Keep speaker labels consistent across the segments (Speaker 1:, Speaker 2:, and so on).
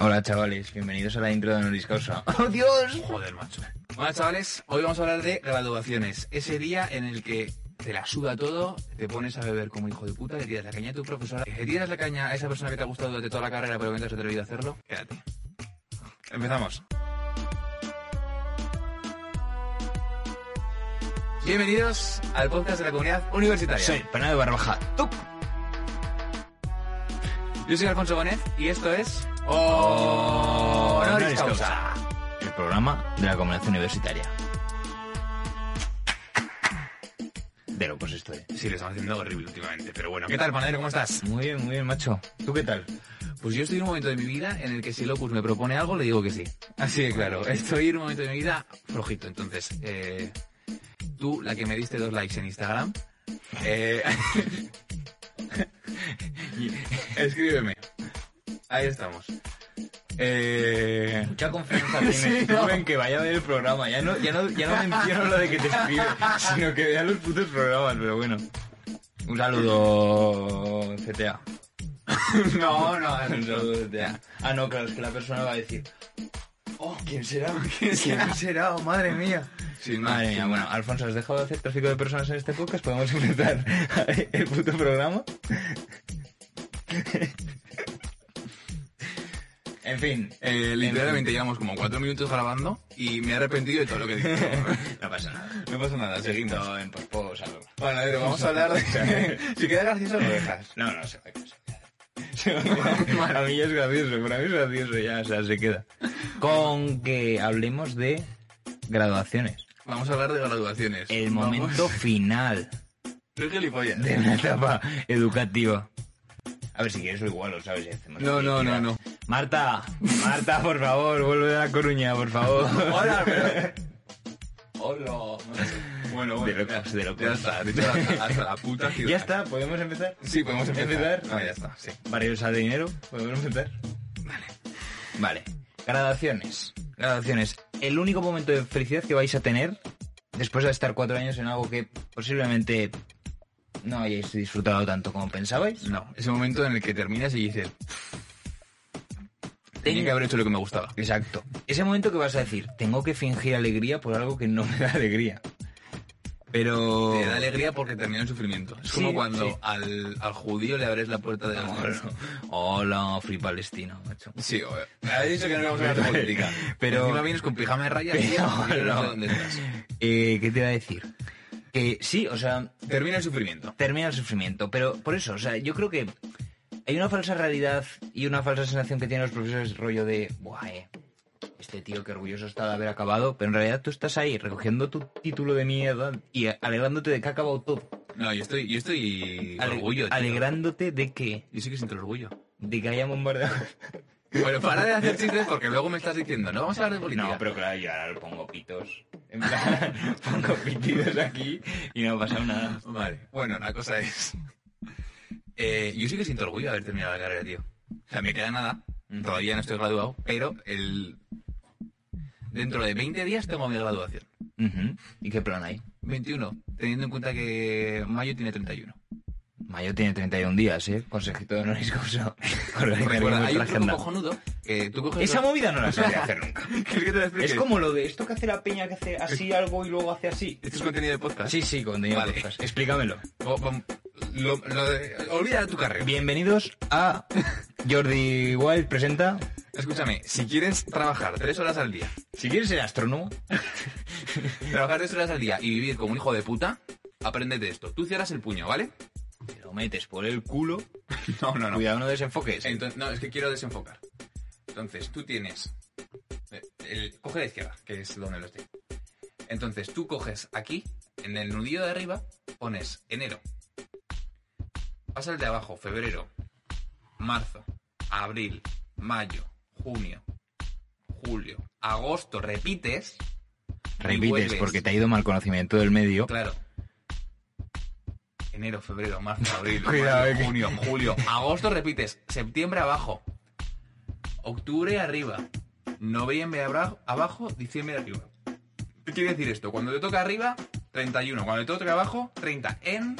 Speaker 1: Hola chavales, bienvenidos a la intro de Honoris Causa. ¡Oh Dios!
Speaker 2: Joder, macho. Bueno, chavales, hoy vamos a hablar de graduaciones. Ese día en el que te la suda todo, te pones a beber como hijo de puta, le tiras la caña a tu profesora, le tiras la caña a esa persona que te ha gustado durante toda la carrera pero que no te has atrevido a hacerlo. Quédate. Empezamos. Bienvenidos al podcast de la comunidad universitaria.
Speaker 1: Soy Panado de Barbaja. ¡Tup!
Speaker 2: Yo soy Alfonso Bonet y esto es... Honoris
Speaker 1: Honoris
Speaker 2: Causa.
Speaker 1: El programa de la comunidad universitaria. De locos estoy.
Speaker 2: Sí, lo estamos haciendo horrible últimamente, pero bueno. ¿Qué tal, panadero? ¿Cómo estás?
Speaker 1: Muy bien, muy bien, macho. ¿Tú qué tal?
Speaker 2: Pues yo estoy en un momento de mi vida en el que si Locus me propone algo, le digo que sí. Así de claro, estoy en un momento de mi vida flojito. Entonces, eh, tú, la que me diste dos likes en Instagram, eh, escríbeme. Ahí estamos. Eh,
Speaker 1: Mucha confianza tiene
Speaker 2: Sí,
Speaker 1: Rubén,
Speaker 2: no.
Speaker 1: en que vaya a ver el programa. Ya no, ya no, ya no menciono lo de que te escribe, sino que vea los putos programas, pero bueno. Un saludo, CTA.
Speaker 2: no, no,
Speaker 1: Un
Speaker 2: no.
Speaker 1: saludo, CTA. Ah, no, claro, es que la persona va a decir... Oh, ¿quién será? ¿Quién
Speaker 2: será?
Speaker 1: será? Oh, madre mía.
Speaker 2: Sin más,
Speaker 1: Madre mía,
Speaker 2: sin
Speaker 1: bueno,
Speaker 2: más.
Speaker 1: Alfonso, ¿has dejado de hacer tráfico de personas en este podcast? ¿Podemos empezar el puto programa? en fin,
Speaker 2: Eh, literalmente llevamos como cuatro minutos grabando y me he arrepentido de todo lo que he dicho.
Speaker 1: no pasa nada.
Speaker 2: No pasa nada, seguimos.
Speaker 1: Esto en pospos, algo.
Speaker 2: Bueno, a ver, vamos a hablar de... si queda gracioso, lo dejas.
Speaker 1: No, no, se va a quedar, se va a quedar. Se va a quedar. A mí ya es gracioso, para mí es gracioso ya, o sea, se queda. Con que hablemos de graduaciones.
Speaker 2: Vamos a hablar de graduaciones.
Speaker 1: El
Speaker 2: Vamos.
Speaker 1: momento final.
Speaker 2: Soy gilipollas.
Speaker 1: de una etapa educativa. A ver, si quieres o igual, lo sabes. y hacemos
Speaker 2: No,
Speaker 1: lo que
Speaker 2: no,
Speaker 1: quieras.
Speaker 2: no, no.
Speaker 1: Marta, Marta, por favor, vuelve a La Coruña, por favor.
Speaker 2: Hola, pero... Hola. Bueno, bueno.
Speaker 1: De locos,
Speaker 2: ya,
Speaker 1: de locos.
Speaker 2: Ya está, de hecho, hasta, hasta la puta ciudad.
Speaker 1: Ya está, ¿podemos empezar?
Speaker 2: Sí, podemos empezar.
Speaker 1: ¿Empezar?
Speaker 2: Ah, ya está, sí.
Speaker 1: Varios a dinero, ¿podemos empezar? Vale. Vale. Gradaciones. Gradaciones. El único momento de felicidad que vais a tener después de estar cuatro años en algo que posiblemente no hayáis disfrutado tanto como pensabais.
Speaker 2: No, ese momento en el que terminas y dices... Tenía que haber hecho lo que me gustaba.
Speaker 1: Exacto. Ese momento que vas a decir, tengo que fingir alegría por algo que no me da alegría. Pero...
Speaker 2: Te da alegría porque termina el sufrimiento. Es como
Speaker 1: Sí,
Speaker 2: cuando
Speaker 1: sí.
Speaker 2: al, al judío le abres la puerta de la
Speaker 1: Hola, hola, Free Palestina, macho.
Speaker 2: Sí, oye. Has dicho que no vamos a hablar de política.
Speaker 1: Pero-
Speaker 2: Encima vienes con pijama de rayas y
Speaker 1: Pero
Speaker 2: yo no sé
Speaker 1: no.
Speaker 2: dónde estás.
Speaker 1: Eh, ¿Qué te iba a decir? Que sí, o sea,
Speaker 2: Termina el sufrimiento.
Speaker 1: termina el sufrimiento. Pero por eso, o sea, yo creo que hay una falsa realidad y una falsa sensación que tienen los profesores rollo de, buah, eh, este tío que orgulloso está de haber acabado, pero en realidad tú estás ahí recogiendo tu título de mierda y alegrándote de que ha acabado todo.
Speaker 2: No, yo estoy, yo estoy con
Speaker 1: Ale-
Speaker 2: orgullo. tío.
Speaker 1: alegrándote de que
Speaker 2: Yo sí que siento el orgullo.
Speaker 1: de que haya bombardeado.
Speaker 2: Bueno, para de hacer chistes porque luego me estás diciendo, no vamos a hablar de política.
Speaker 1: No, pero claro, yo ahora le pongo pitos. En plan, pongo pitidos aquí y no ha pasado nada.
Speaker 2: Vale, bueno, la cosa es... Eh, yo sí que siento orgullo de haber terminado la carrera, tío. O sea, me queda nada, todavía no estoy graduado, pero el... Dentro de 20 días tengo mi graduación.
Speaker 1: Ujú. ¿Y qué plan hay?
Speaker 2: 21, teniendo en cuenta que mayo tiene 31.
Speaker 1: Mayo tiene 31 días, ¿eh? Consejito de honoris causa. Organizar
Speaker 2: Recuerda, hay
Speaker 1: nuestra
Speaker 2: un truco
Speaker 1: agenda.
Speaker 2: cojonudo que tú coges...
Speaker 1: Esa movida no la sabría hacer nunca.
Speaker 2: ¿Quieres que te la explique?
Speaker 1: Es como lo de esto que hace la peña que hace así algo y luego hace así.
Speaker 2: Esto es contenido de podcast.
Speaker 1: Sí, sí, contenido
Speaker 2: Vale.
Speaker 1: podcast. Explícamelo.
Speaker 2: O- o- lo- lo de- Olvida tu carrera.
Speaker 1: Bienvenidos a Jordi Wild presenta.
Speaker 2: Escúchame, si quieres trabajar tres horas al día,
Speaker 1: Si quieres ser astrónomo,
Speaker 2: trabajar tres horas al día y vivir como un hijo de puta, apréndete esto. Tú cierras el puño, ¿vale?
Speaker 1: te lo metes por el culo.
Speaker 2: No, no,
Speaker 1: Cuidado, no desenfoques.
Speaker 2: Entonces, no, es que quiero desenfocar. Entonces, tú tienes... eh, el- coge la izquierda, que es donde lo estoy. Entonces, tú coges aquí, en el nudillo de arriba, pones enero. Pasa el de abajo, febrero, marzo, abril, mayo, junio, julio, agosto, repites. y
Speaker 1: Repites
Speaker 2: vuelves.
Speaker 1: porque te ha ido mal conocimiento del medio.
Speaker 2: Claro. Enero, febrero, marzo, abril,
Speaker 1: Cuidado,
Speaker 2: mayo,
Speaker 1: eh, que-
Speaker 2: junio, julio, agosto, repites, septiembre abajo, octubre arriba, noviembre abra- abajo, diciembre arriba. ¿Qué quiere decir esto? Cuando te toca arriba, 31. Cuando te toca abajo, 30. En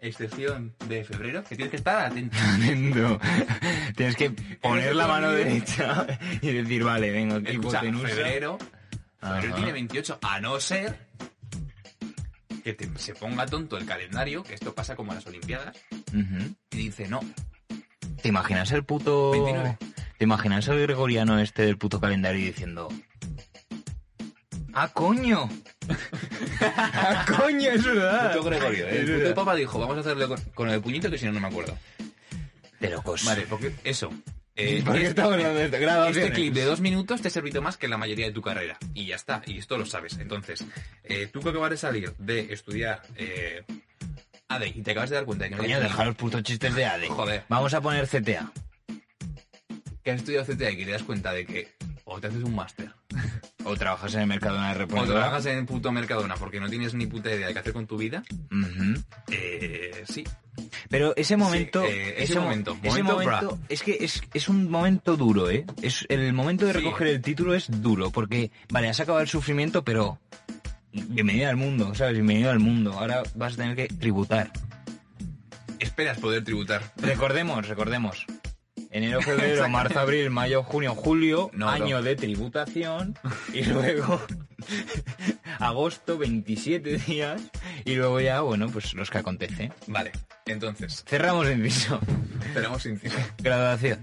Speaker 2: excepción de febrero, que tienes que estar atento.
Speaker 1: No. Tienes que poner la mano derecha y decir, vale, vengo aquí,
Speaker 2: Escucha,
Speaker 1: hipotenusa.
Speaker 2: febrero, febrero
Speaker 1: Ajá.
Speaker 2: tiene 28, a no ser que te- se ponga tonto el calendario, que esto pasa como en las Olimpiadas,
Speaker 1: Ujú.
Speaker 2: y dice, no,
Speaker 1: ¿Te imaginas el puto...
Speaker 2: 29.
Speaker 1: ¿Te imaginas el gregoriano este del puto calendario diciendo... ¡Ah, coño! ¡Ah, coño! Es verdad.
Speaker 2: puto Gregorio, ¿eh?
Speaker 1: Es
Speaker 2: el puto
Speaker 1: verdad.
Speaker 2: papa dijo, vamos a hacerlo con, con el puñito, que si no, no me acuerdo.
Speaker 1: De locos.
Speaker 2: Vale, porque eso. eh,
Speaker 1: ¿Por qué estamos ¿eh? hablando este de esto? Grabaciones.
Speaker 2: Este clip de dos minutos te ha servido más que la mayoría de tu carrera. Y ya está, y esto lo sabes. Entonces, eh, tú que acabas de salir de estudiar eh, ADE y te acabas de dar cuenta de que no
Speaker 1: Coño,
Speaker 2: tienes
Speaker 1: deja los putos chistes de ADE.
Speaker 2: Joder.
Speaker 1: Vamos a poner CTA.
Speaker 2: ni- que has estudiado CTA y que te das cuenta de que o te haces un máster
Speaker 1: O trabajas en el mercado de la
Speaker 2: o
Speaker 1: reponedora.
Speaker 2: trabajas en puto Mercadona porque no tienes ni puta idea de qué hacer con tu vida,
Speaker 1: Ujú.
Speaker 2: eh, sí.
Speaker 1: Pero ese momento...
Speaker 2: eh, ese
Speaker 1: mo-
Speaker 2: momento,
Speaker 1: Ese
Speaker 2: momento bra.
Speaker 1: momento es que es, es un momento duro, ¿eh? Es, el momento de
Speaker 2: Sí.
Speaker 1: recoger el título es duro, porque, vale, has acabado el sufrimiento, pero... Bienvenido al mundo, ¿sabes? Bienvenido al mundo. Ahora vas a tener que tributar.
Speaker 2: Esperas poder tributar.
Speaker 1: Recordemos, recordemos. Enero, febrero, marzo, abril, mayo, junio, julio,
Speaker 2: No,
Speaker 1: año
Speaker 2: no.
Speaker 1: de tributación y luego agosto, 27 días y luego ya, bueno, pues los que acontece.
Speaker 2: Vale, entonces,
Speaker 1: Cerramos el piso.
Speaker 2: tenemos inciso.
Speaker 1: Graduación.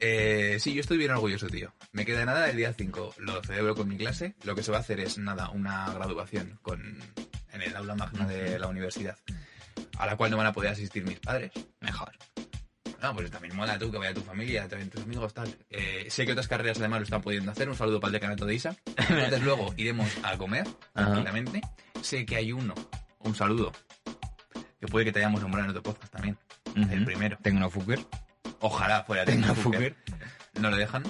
Speaker 2: Eh, sí, yo estoy bien orgulloso, tío. Me queda nada el día 5, lo celebro con mi clase. Lo que se va a hacer es nada, una graduación con, en el aula magna de la universidad, a la cual no van a poder asistir mis padres.
Speaker 1: Mejor.
Speaker 2: No, pues también mola tú, que vaya tu familia, también tus amigos, tal. Eh, sé que otras carreras además lo están pudiendo hacer. Un saludo para el decanato de ISA. Entonces luego iremos a comer,
Speaker 1: Ajá.
Speaker 2: tranquilamente. Sé que hay uno, un saludo, que puede que te hayamos nombrado en otro podcast también. El
Speaker 1: Ujú.
Speaker 2: primero.
Speaker 1: Tecnofucker.
Speaker 2: Ojalá fuera
Speaker 1: Tecno
Speaker 2: Tecnofucker. No lo dejan.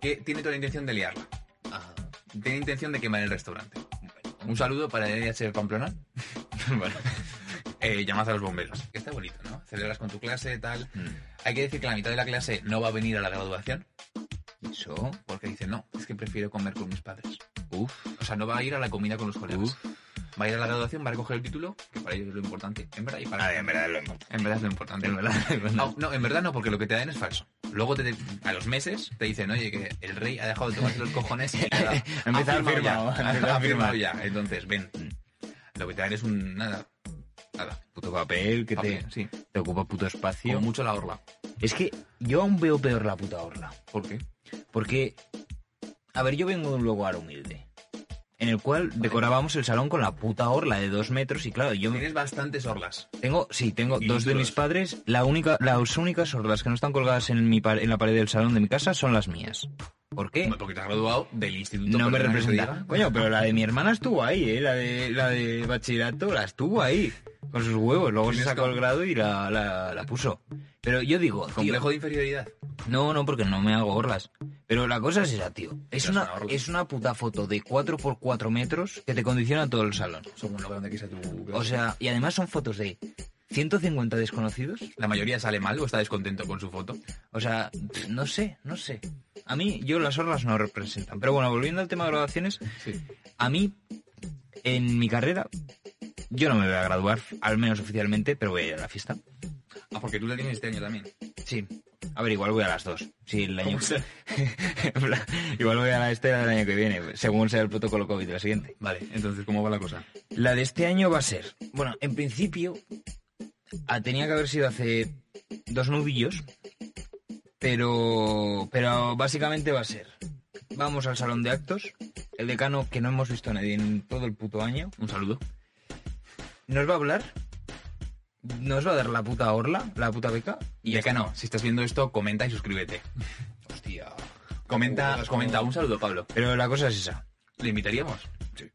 Speaker 2: Que tiene toda la intención de liarla.
Speaker 1: Ah.
Speaker 2: Tiene intención de quemar el restaurante. Un saludo para el NH Pamplona.
Speaker 1: Bueno.
Speaker 2: Eh, llamad a los bomberos. Está bonito, ¿no? Celebras con tu clase, tal.
Speaker 1: Mm.
Speaker 2: Hay que decir que la mitad de la clase no va a venir a la graduación
Speaker 1: Eso.
Speaker 2: porque dice, no, es que prefiero comer con mis padres.
Speaker 1: Uf.
Speaker 2: O sea, no va a ir a la comida con los colegas. Va a ir a la graduación, va a recoger el título, que para ellos es lo importante. Ah, En verdad, y para
Speaker 1: en verdad lo hemos.
Speaker 2: En verdad es lo importante.
Speaker 1: En verdad lo hemos-
Speaker 2: No, no, en verdad no, porque lo que te dan es falso. Luego te- a los meses te dicen, oye, que el rey ha dejado de tomarse los cojones y nada,
Speaker 1: Ha empezado a firmar,
Speaker 2: ya.
Speaker 1: ha empezado a
Speaker 2: Ha firmado
Speaker 1: firmar.
Speaker 2: ya. Entonces, ven. Lo que te dan es un nada. Nada.
Speaker 1: Puto papel que
Speaker 2: Papel,
Speaker 1: te,
Speaker 2: sí.
Speaker 1: te ocupa puto espacio.
Speaker 2: Como mucho la orla.
Speaker 1: Es que yo aún veo peor la puta orla.
Speaker 2: ¿Por qué?
Speaker 1: Porque, a ver, yo vengo de un lugar humilde, en el cual decorábamos el salón con la puta orla de dos metros y claro, yo
Speaker 2: Tienes bastantes orlas.
Speaker 1: tengo, sí, tengo
Speaker 2: Y
Speaker 1: dos de
Speaker 2: libros.
Speaker 1: mis padres, la única, las únicas orlas que no están colgadas en, mi pa- en la pared del salón de mi casa son las mías. ¿Por qué?
Speaker 2: Porque te has graduado del instituto.
Speaker 1: No me
Speaker 2: perdona que te
Speaker 1: representa. Coño, pero la de mi hermana estuvo ahí, ¿eh? La de, la de bachillerato, la estuvo ahí. Con sus huevos. Luego se
Speaker 2: Tienes
Speaker 1: sacó
Speaker 2: com-
Speaker 1: el grado y la, la, la puso. Pero yo digo, tío,
Speaker 2: diga. Complejo de inferioridad.
Speaker 1: No, no, porque no me hago orlas. Pero la cosa es esa, tío. Es
Speaker 2: Pero
Speaker 1: una,
Speaker 2: es una orla.
Speaker 1: es una puta foto de 4x4 metros que te condiciona todo el salón.
Speaker 2: Según lo grande que sea tu clase.
Speaker 1: O sea, y además son fotos de 150 desconocidos.
Speaker 2: la mayoría sale mal o está descontento con su foto.
Speaker 1: O sea, no sé, no sé. A mí, yo las orlas no representan. Pero bueno, volviendo al tema de graduaciones,
Speaker 2: Sí.
Speaker 1: a mí, en mi carrera, yo no me voy a graduar, al menos oficialmente, pero voy a ir a la fiesta.
Speaker 2: Ah, porque tú la tienes este año también.
Speaker 1: Sí. A ver, igual voy a las dos. Sí, el año
Speaker 2: ¿Cómo será?
Speaker 1: En plan, igual voy a la estela del año que viene, según sea el protocolo COVID, la siguiente.
Speaker 2: Vale, entonces, ¿cómo va la cosa?
Speaker 1: La de este año va a ser. Bueno, en principio ah, tenía que haber sido hace dos nudillos, pero, pero básicamente va a ser. Vamos al salón de actos. El decano, que no hemos visto a nadie en todo el puto año,
Speaker 2: Un saludo.
Speaker 1: nos va a hablar, nos va a dar la puta orla, la puta beca.
Speaker 2: Y acá no, si estás viendo esto, comenta y suscríbete.
Speaker 1: Hostia.
Speaker 2: Comenta,
Speaker 1: Joder,
Speaker 2: comenta.
Speaker 1: cómo-
Speaker 2: Un saludo, Pablo.
Speaker 1: Pero la cosa es esa.
Speaker 2: ¿Le invitaríamos? Sí.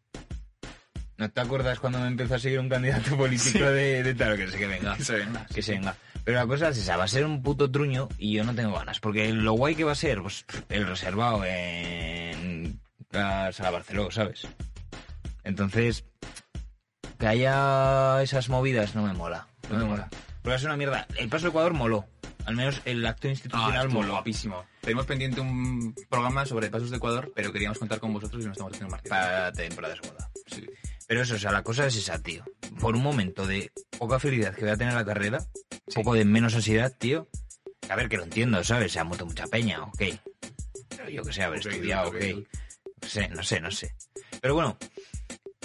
Speaker 1: ¿No te acuerdas cuando me empezó a seguir un candidato político de, de tal? Que sé que venga.
Speaker 2: Que se venga.
Speaker 1: Que se venga. Pero la cosa es esa, va a ser un puto truño y yo no tengo ganas. Porque lo guay que va a ser, pues, pff, el reservado en la sala Barceló, ¿sabes? Entonces, que haya esas movidas no me mola. No me mola. Porque es una mierda. El paso de Ecuador moló. Al menos el acto
Speaker 2: Ah,
Speaker 1: institucional
Speaker 2: estuvo
Speaker 1: moló.
Speaker 2: guapísimo. Tenemos pendiente un programa sobre pasos de Ecuador, pero queríamos contar con vosotros y no estamos haciendo marketing.
Speaker 1: Para la temporada segunda.
Speaker 2: Sí.
Speaker 1: Pero eso, o sea, la cosa es esa, tío. por un momento de poca felicidad que voy a tener en la carrera, un poco de menos ansiedad, tío. A ver, que lo entiendo, ¿sabes? Se ha muerto mucha peña, ok. Pero yo que sé, haber
Speaker 2: Ok,
Speaker 1: estudiado,
Speaker 2: ok.
Speaker 1: ok. No sé, no sé, no sé. Pero bueno,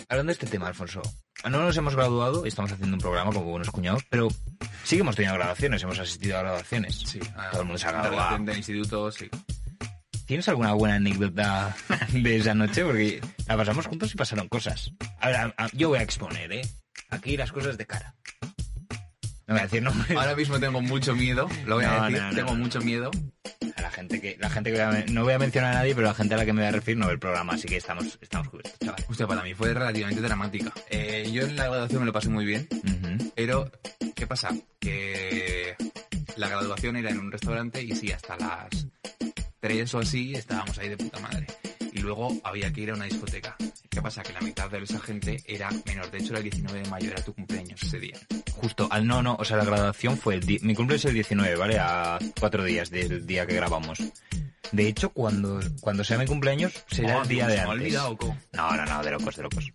Speaker 1: hablando de este tema, Alfonso. No nos hemos graduado y estamos haciendo un programa como buenos cuñados, pero sí que hemos tenido graduaciones, hemos asistido a graduaciones.
Speaker 2: Sí, ah,
Speaker 1: Todo el mundo se ha
Speaker 2: relación
Speaker 1: graduado.
Speaker 2: del instituto, sí.
Speaker 1: ¿Tienes alguna buena anécdota de esa noche? Porque la pasamos juntos y pasaron cosas. A ver, a- a- yo voy a exponer, ¿eh? Aquí las cosas de cara. No voy a decir nombres.
Speaker 2: Ahora mismo tengo mucho miedo, lo voy a
Speaker 1: No,
Speaker 2: decir,
Speaker 1: no, no.
Speaker 2: tengo mucho miedo.
Speaker 1: A la gente que, la gente que voy a men- no voy a mencionar a nadie, pero la gente a la que me voy a referir no ve el programa, así que estamos, estamos cubiertos, chavales.
Speaker 2: Hostia, para mí fue relativamente dramática. Eh, yo en la graduación me lo pasé muy bien,
Speaker 1: Ujú.
Speaker 2: pero ¿qué pasa? Que la graduación era en un restaurante y sí, hasta las 3 o así estábamos ahí de puta madre. Y luego había que ir a una discoteca. ¿Qué pasa? Que la mitad de esa gente era menor. De hecho, era el 19 de mayo, era tu cumpleaños ese día.
Speaker 1: Justo, al no, no, o sea, la graduación fue, el di- mi cumple es el 19, ¿vale? A cuatro días del día que grabamos. De hecho, cuando, cuando sea mi cumpleaños, será
Speaker 2: Oh,
Speaker 1: el día
Speaker 2: Dios,
Speaker 1: de
Speaker 2: me he
Speaker 1: antes.
Speaker 2: olvidado, co.
Speaker 1: No, no, no, de locos, de locos.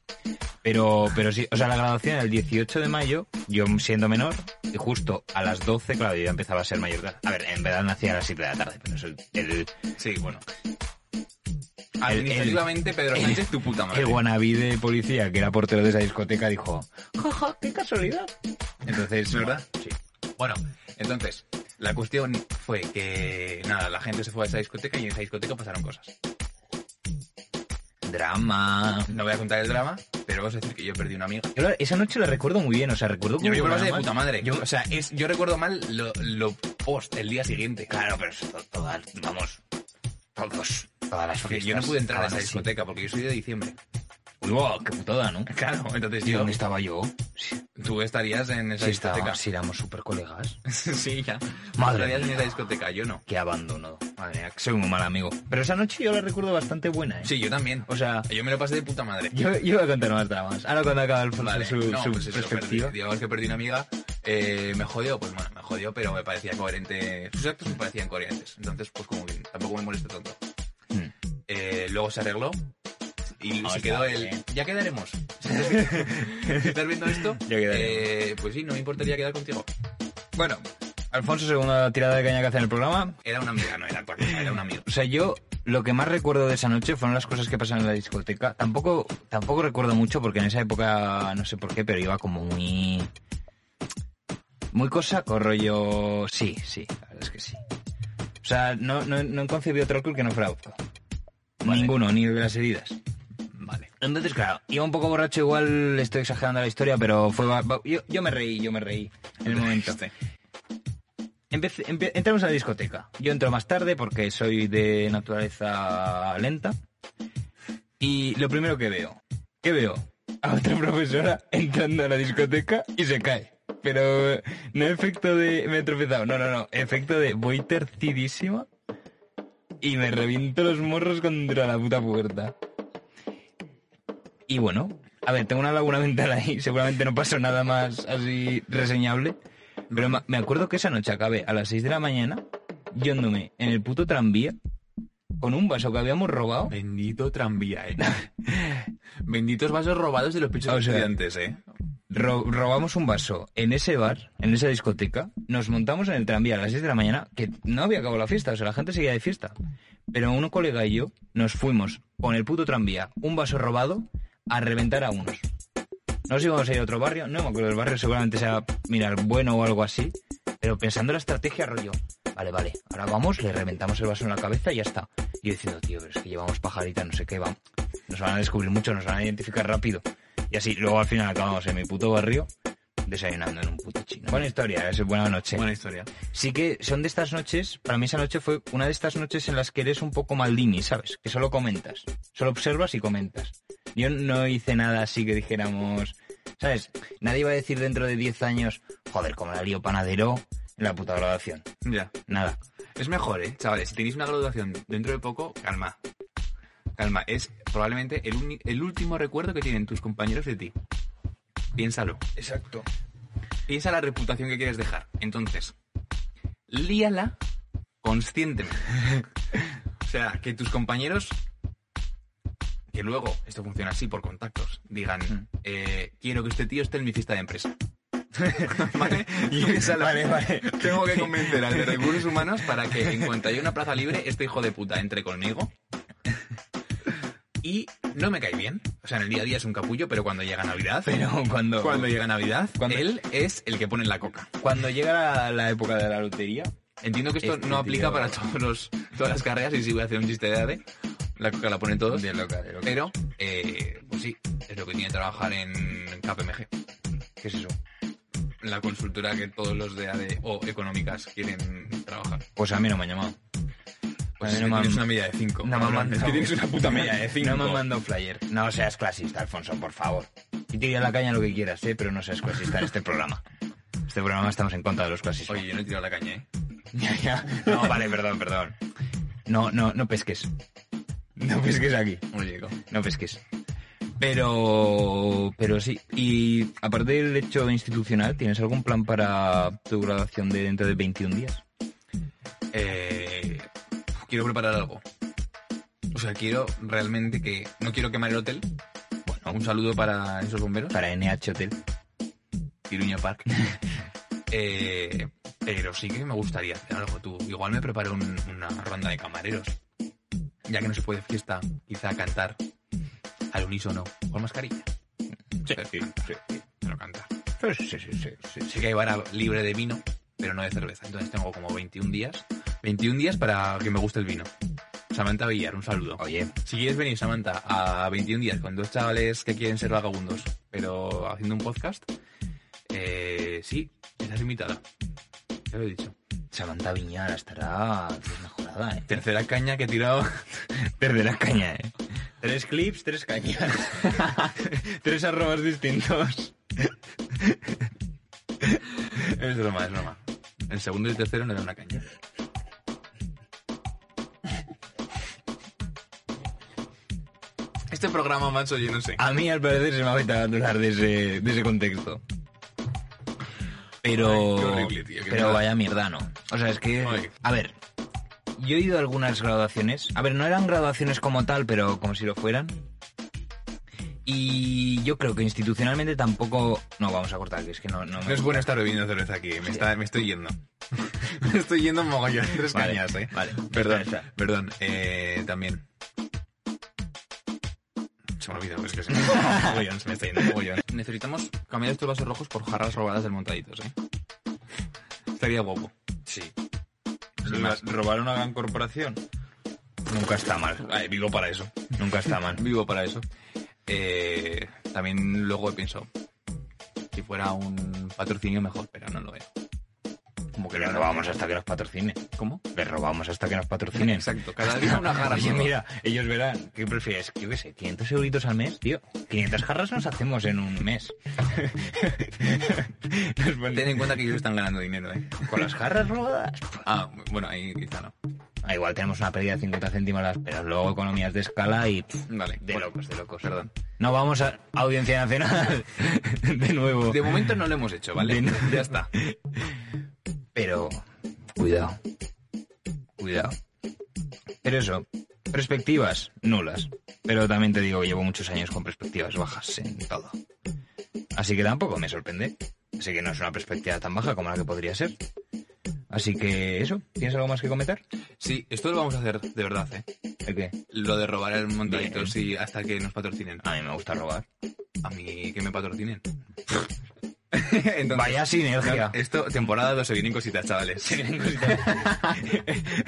Speaker 1: Pero, pero sí, o sea, la graduación era el 18 de mayo, yo siendo menor, y justo a las 12, claro, yo ya empezaba a ser mayor de edad. A ver, en verdad nací a las 7 de la tarde, pero eso, el,
Speaker 2: Sí, bueno.
Speaker 1: el-
Speaker 2: Administrativamente, Pedro
Speaker 1: el-
Speaker 2: Sánchez, tu puta madre.
Speaker 1: el wannabe de policía, que era portero de esa discoteca, dijo, jaja, qué casualidad. Entonces,
Speaker 2: ¿Verdad?
Speaker 1: bueno, Sí.
Speaker 2: Bueno, entonces, la cuestión fue que, nada, la gente se fue a esa discoteca y en esa discoteca pasaron cosas.
Speaker 1: Drama.
Speaker 2: No voy a contar el drama, pero vamos a decir que yo perdí una amiga.
Speaker 1: Yo la- esa noche la recuerdo muy bien, o sea, recuerdo
Speaker 2: Yo
Speaker 1: como
Speaker 2: me
Speaker 1: nada
Speaker 2: pasé de
Speaker 1: más.
Speaker 2: puta madre.
Speaker 1: Yo-
Speaker 2: o sea, es, yo recuerdo mal lo, lo post, el día siguiente.
Speaker 1: claro, pero eso, to- todas, vamos, todos, todas las
Speaker 2: Porque
Speaker 1: fiestas.
Speaker 2: yo no pude entrar a esa
Speaker 1: acaban así.
Speaker 2: discoteca porque yo soy de diciembre.
Speaker 1: Uy, wow, qué putada, ¿no?
Speaker 2: Claro, entonces
Speaker 1: ¿Y
Speaker 2: yo,
Speaker 1: dónde estaba yo? Si,
Speaker 2: tú estarías en esa
Speaker 1: si
Speaker 2: discoteca.
Speaker 1: estábamos, si éramos super colegas.
Speaker 2: sí, ya.
Speaker 1: Madre
Speaker 2: Estarías en
Speaker 1: mía.
Speaker 2: esa discoteca, yo no.
Speaker 1: Qué abandono. Madre mía, que soy muy mal amigo. Pero esa noche yo la recuerdo bastante buena, ¿eh?
Speaker 2: Sí, yo también.
Speaker 1: O sea,
Speaker 2: Yo me lo pasé de puta madre.
Speaker 1: yo, yo voy a contar más dramas. Ahora cuando acaba el
Speaker 2: Vale,
Speaker 1: su,
Speaker 2: no,
Speaker 1: su
Speaker 2: pues eso,
Speaker 1: perspectiva.
Speaker 2: perdí. Digamos que perdí una amiga, eh, me jodió, pues bueno, me jodió, pero me parecía coherente. Sus actos me parecían coherentes. Entonces, pues como que tampoco me molesta tanto.
Speaker 1: Mm.
Speaker 2: Eh, luego se arregló y
Speaker 1: Ah,
Speaker 2: se
Speaker 1: está
Speaker 2: quedó el.
Speaker 1: bien.
Speaker 2: Ya quedaremos. Si ¿Estás viendo esto?
Speaker 1: Ya quedaremos.
Speaker 2: Eh, pues sí, no me importaría quedar contigo.
Speaker 1: Bueno, Alfonso, segunda tirada de caña que hace en el programa.
Speaker 2: Era una amiga, no era tu amiga, era una amiga.
Speaker 1: O sea, yo lo que más recuerdo de esa noche fueron las cosas que pasaron en la discoteca. Tampoco, tampoco recuerdo mucho porque en esa época, no sé por qué, pero iba como muy... Muy cosa con rollo... Sí, sí, la verdad es que sí. O sea, no, no, no concebí otro alcohol que no fuera vodka.
Speaker 2: Vale.
Speaker 1: Ninguno, ni el de las heridas.
Speaker 2: Vale.
Speaker 1: Entonces, claro, iba un poco borracho, igual estoy exagerando la historia, pero fue... ba- ba- Yo, yo me reí, yo me reí en el momento.
Speaker 2: Este,
Speaker 1: Empecé- empe- entramos a la discoteca. Yo entro más tarde porque soy de naturaleza lenta. Y lo primero que veo, ¿qué veo? A otra profesora entrando a la discoteca y se cae. Pero eh, no efecto de me he tropezado, no, no, no, efecto de voy tercidísima y me reviento los morros contra la puta puerta. Y bueno, a ver, tengo una laguna mental ahí, seguramente no pasó nada más así reseñable. Pero ma- me acuerdo que esa noche acabé a las 6 de la mañana yéndome en el puto tranvía con un vaso que habíamos robado.
Speaker 2: Bendito tranvía, eh. Benditos vasos robados de los pinches
Speaker 1: O sea,
Speaker 2: estudiantes, eh.
Speaker 1: Ro- robamos un vaso en ese bar, en esa discoteca, nos montamos en el tranvía a las 6 de la mañana, que no había acabado la fiesta, o sea, la gente seguía de fiesta. Pero un colega y yo nos fuimos con el puto tranvía, un vaso robado, a reventar a unos. Nos íbamos a ir a otro barrio, no me acuerdo del barrio, seguramente sea, mirar, bueno o algo así, pero pensando la estrategia, rollo, vale, vale, ahora vamos, le reventamos el vaso en la cabeza y ya está. Y yo diciendo, tío, pero es que llevamos pajarita, no sé qué, vamos, nos van a descubrir mucho, nos van a identificar rápido. Y así, luego al final acabamos en mi puto barrio desayunando en un puto chino. Buena historia, es buena noche.
Speaker 2: Buena historia.
Speaker 1: Sí que son de estas noches, para mí esa noche fue una de estas noches en las que eres un poco Maldini, ¿sabes? Que solo comentas, solo observas y comentas. Yo no hice nada así que dijéramos, ¿sabes? Nadie iba a decir dentro de 10 años, joder, como la lío panadero en la puta grabación.
Speaker 2: Ya.
Speaker 1: Nada.
Speaker 2: Es mejor, ¿eh? Chavales, si tenéis una graduación dentro de poco, calma. Calma, es probablemente el, uni- el último recuerdo que tienen tus compañeros de ti. Piénsalo.
Speaker 1: Exacto.
Speaker 2: Piensa la reputación que quieres dejar. Entonces, líala conscientemente. o sea, que tus compañeros que luego, esto funciona así por contactos, digan,
Speaker 1: Mm.
Speaker 2: eh, quiero que este tío esté en mi fiesta de empresa. ¿Vale? Y esa la-
Speaker 1: Vale, vale.
Speaker 2: Tengo que convencer al de recursos humanos para que en cuanto haya una plaza libre, este hijo de puta entre conmigo. Y no me cae bien. O sea, en el día a día es un capullo, pero cuando llega Navidad,
Speaker 1: Pero cuando,
Speaker 2: cuando llega Navidad,
Speaker 1: Cuando-
Speaker 2: él es el que pone la coca.
Speaker 1: cuando llega la, la época de la lotería,
Speaker 2: Entiendo que esto
Speaker 1: Este
Speaker 2: no aplica
Speaker 1: tío-
Speaker 2: para todos los, todas las carreras y si voy a hacer un chiste de AD, la coca la ponen todos.
Speaker 1: de loca, de loca.
Speaker 2: Pero, eh, pues sí, es lo que tiene trabajar en KPMG.
Speaker 1: ¿Qué es eso?
Speaker 2: La consultora que todos los de AD o económicas quieren trabajar.
Speaker 1: Pues a mí no me han llamado.
Speaker 2: Pues
Speaker 1: A
Speaker 2: es
Speaker 1: mí
Speaker 2: que
Speaker 1: no me
Speaker 2: tienes
Speaker 1: han-
Speaker 2: una media de 5.
Speaker 1: No me han mandado.
Speaker 2: es que tienes una puta media de 5.
Speaker 1: No me han mandado flyer. No seas clasista, Alfonso, por favor. Y tira la caña lo que quieras, ¿eh? pero no seas clasista en este programa. Este programa estamos en contra de los clasistas.
Speaker 2: Oye, yo no he tirado la caña, ¿eh?
Speaker 1: Ya, ya. No, vale, perdón, perdón. No, no, no pesques. No pesques aquí.
Speaker 2: No llego.
Speaker 1: No pesques. Pero, pero sí. Y aparte del hecho institucional, ¿tienes algún plan para tu graduación de dentro de 21 días?
Speaker 2: Eh, quiero preparar algo. O sea, quiero realmente que... No quiero quemar el hotel. Bueno, un saludo para esos bomberos.
Speaker 1: Para NH Hotel.
Speaker 2: Tiruña Park. Eh, pero sí que me gustaría hacer algo tú. Igual me preparo un- una ronda de camareros. Ya que no se puede fiesta, quizá cantar al unísono con mascarilla. Pero cantar, Pero cantar.
Speaker 1: Pues sí, sí, sí, sí.
Speaker 2: Sí que hay vara libre de vino, pero no de cerveza. Entonces tengo como 21 días. 21 días para que me guste el vino. Samantha Villar, un saludo.
Speaker 1: Oye,
Speaker 2: Si quieres venir, Samantha, a 21 días con dos chavales que quieren ser vagabundos, pero haciendo un podcast, eh, sí, estás invitada. Ya lo he dicho.
Speaker 1: Samantha Viñala estará mejorada, ¿eh?
Speaker 2: Tercera caña que he tirado.
Speaker 1: Perderás caña, ¿eh? Tres clips, tres cañas. tres arrobas distintos.
Speaker 2: es broma, es broma. El segundo y el tercero no dan una caña. Este programa, macho, yo no sé.
Speaker 1: A mí, al parecer, se me ha afectado hablar de ese, de ese contexto. Pero...
Speaker 2: Ay, qué horrible, tío, qué
Speaker 1: pero
Speaker 2: mierda.
Speaker 1: vaya mierda, ¿no? O sea, es que...
Speaker 2: Ay.
Speaker 1: A ver, yo he ido a algunas graduaciones. A ver, no eran graduaciones como tal, pero como si lo fueran. Y yo creo que institucionalmente tampoco... No, vamos a cortar, que es que no... No, me-
Speaker 2: No es bueno estar bebiendo cerveza aquí, me, está, me estoy yendo. me estoy yendo mogollón. Tres
Speaker 1: Vale,
Speaker 2: cañas, eh.
Speaker 1: vale.
Speaker 2: Perdón,
Speaker 1: Está, está.
Speaker 2: perdón. Eh, también. Se me ha olvidado, es que se me, mogollón, se me está yendo mogollón. Necesitamos cambiar estos vasos rojos por jarras robadas del montaditos, eh. Estaría guapo.
Speaker 1: Sí.
Speaker 2: Sin más.
Speaker 1: Robar una gran corporación nunca está mal.
Speaker 2: Ay, vivo para eso.
Speaker 1: Nunca está mal.
Speaker 2: Vivo para eso. Eh, también luego he pensado. Si fuera un patrocinio mejor, pero no lo veo.
Speaker 1: Como que le robamos hasta que nos patrocinen.
Speaker 2: ¿Cómo?
Speaker 1: Le robamos hasta que nos patrocinen.
Speaker 2: Exacto, cada día una jarra.
Speaker 1: Oye,
Speaker 2: nueva.
Speaker 1: mira, ellos verán. ¿Qué prefieres? Yo qué sé, 500 euritos al mes, tío. 500 jarras nos hacemos en un mes. Nos ponen-
Speaker 2: Ten en cuenta que ellos están ganando dinero, ¿eh?
Speaker 1: Con las jarras robadas.
Speaker 2: Ah, bueno, ahí quizá no.
Speaker 1: Ah, igual tenemos una pérdida de 50 céntimos, pero luego economías de escala y... pff,
Speaker 2: Vale.
Speaker 1: De locos, de locos.
Speaker 2: Perdón.
Speaker 1: No vamos a Audiencia Nacional. de nuevo.
Speaker 2: De momento no lo hemos hecho, ¿vale?
Speaker 1: De-
Speaker 2: Ya está.
Speaker 1: Pero cuidado, cuidado. Pero eso, perspectivas nulas. Pero también te digo que llevo muchos años con perspectivas bajas en todo. Así que tampoco me sorprende. Así que no es una perspectiva tan baja como la que podría ser. Así que eso, ¿tienes algo más que comentar?
Speaker 2: Sí, esto lo vamos a hacer de verdad, ¿eh?
Speaker 1: ¿El qué?
Speaker 2: Lo de robar el montadito,
Speaker 1: Bien.
Speaker 2: sí, hasta que nos patrocinen.
Speaker 1: A mí me gusta robar.
Speaker 2: A mí que me patrocinen. Entonces,
Speaker 1: Vaya sinergia.
Speaker 2: Esto, temporada 2, se vienen cositas, chavales.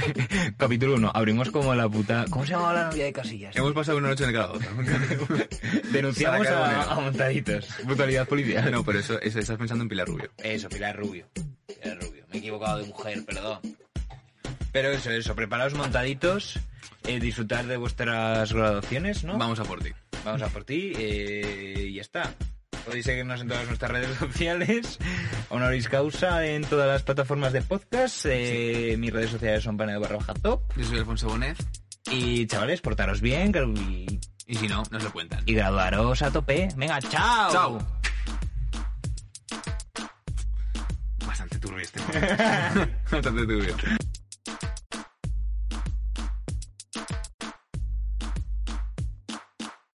Speaker 1: Capítulo 1, abrimos como la puta... ¿Cómo se llamaba la novia de Casillas?
Speaker 2: Hemos pasado una noche en el grado.
Speaker 1: Denunciamos
Speaker 2: Sara
Speaker 1: a,
Speaker 2: Carbonero.
Speaker 1: a montaditos. Brutalidad policial.
Speaker 2: No, pero eso, eso estás pensando en Pilar Rubio.
Speaker 1: Eso, Pilar Rubio. Pilar Rubio. Me he equivocado de mujer, perdón. Pero eso, eso. Preparaos montaditos. eh, disfrutar de vuestras graduaciones, ¿no?
Speaker 2: Vamos a por ti.
Speaker 1: Vamos a por ti. eh, y ya está. Podéis seguirnos en todas nuestras redes sociales. Honoris causa en todas las plataformas de podcast. eh, Mis redes sociales son paneo barra baja top.
Speaker 2: Yo soy Alfonso Bonet
Speaker 1: Y chavales, portaros bien gra- y,
Speaker 2: y si no, nos lo cuentan.
Speaker 1: y graduaros a tope. Venga, chao.
Speaker 2: ¡Chao! Bastante turbio este momento. Bastante turbio.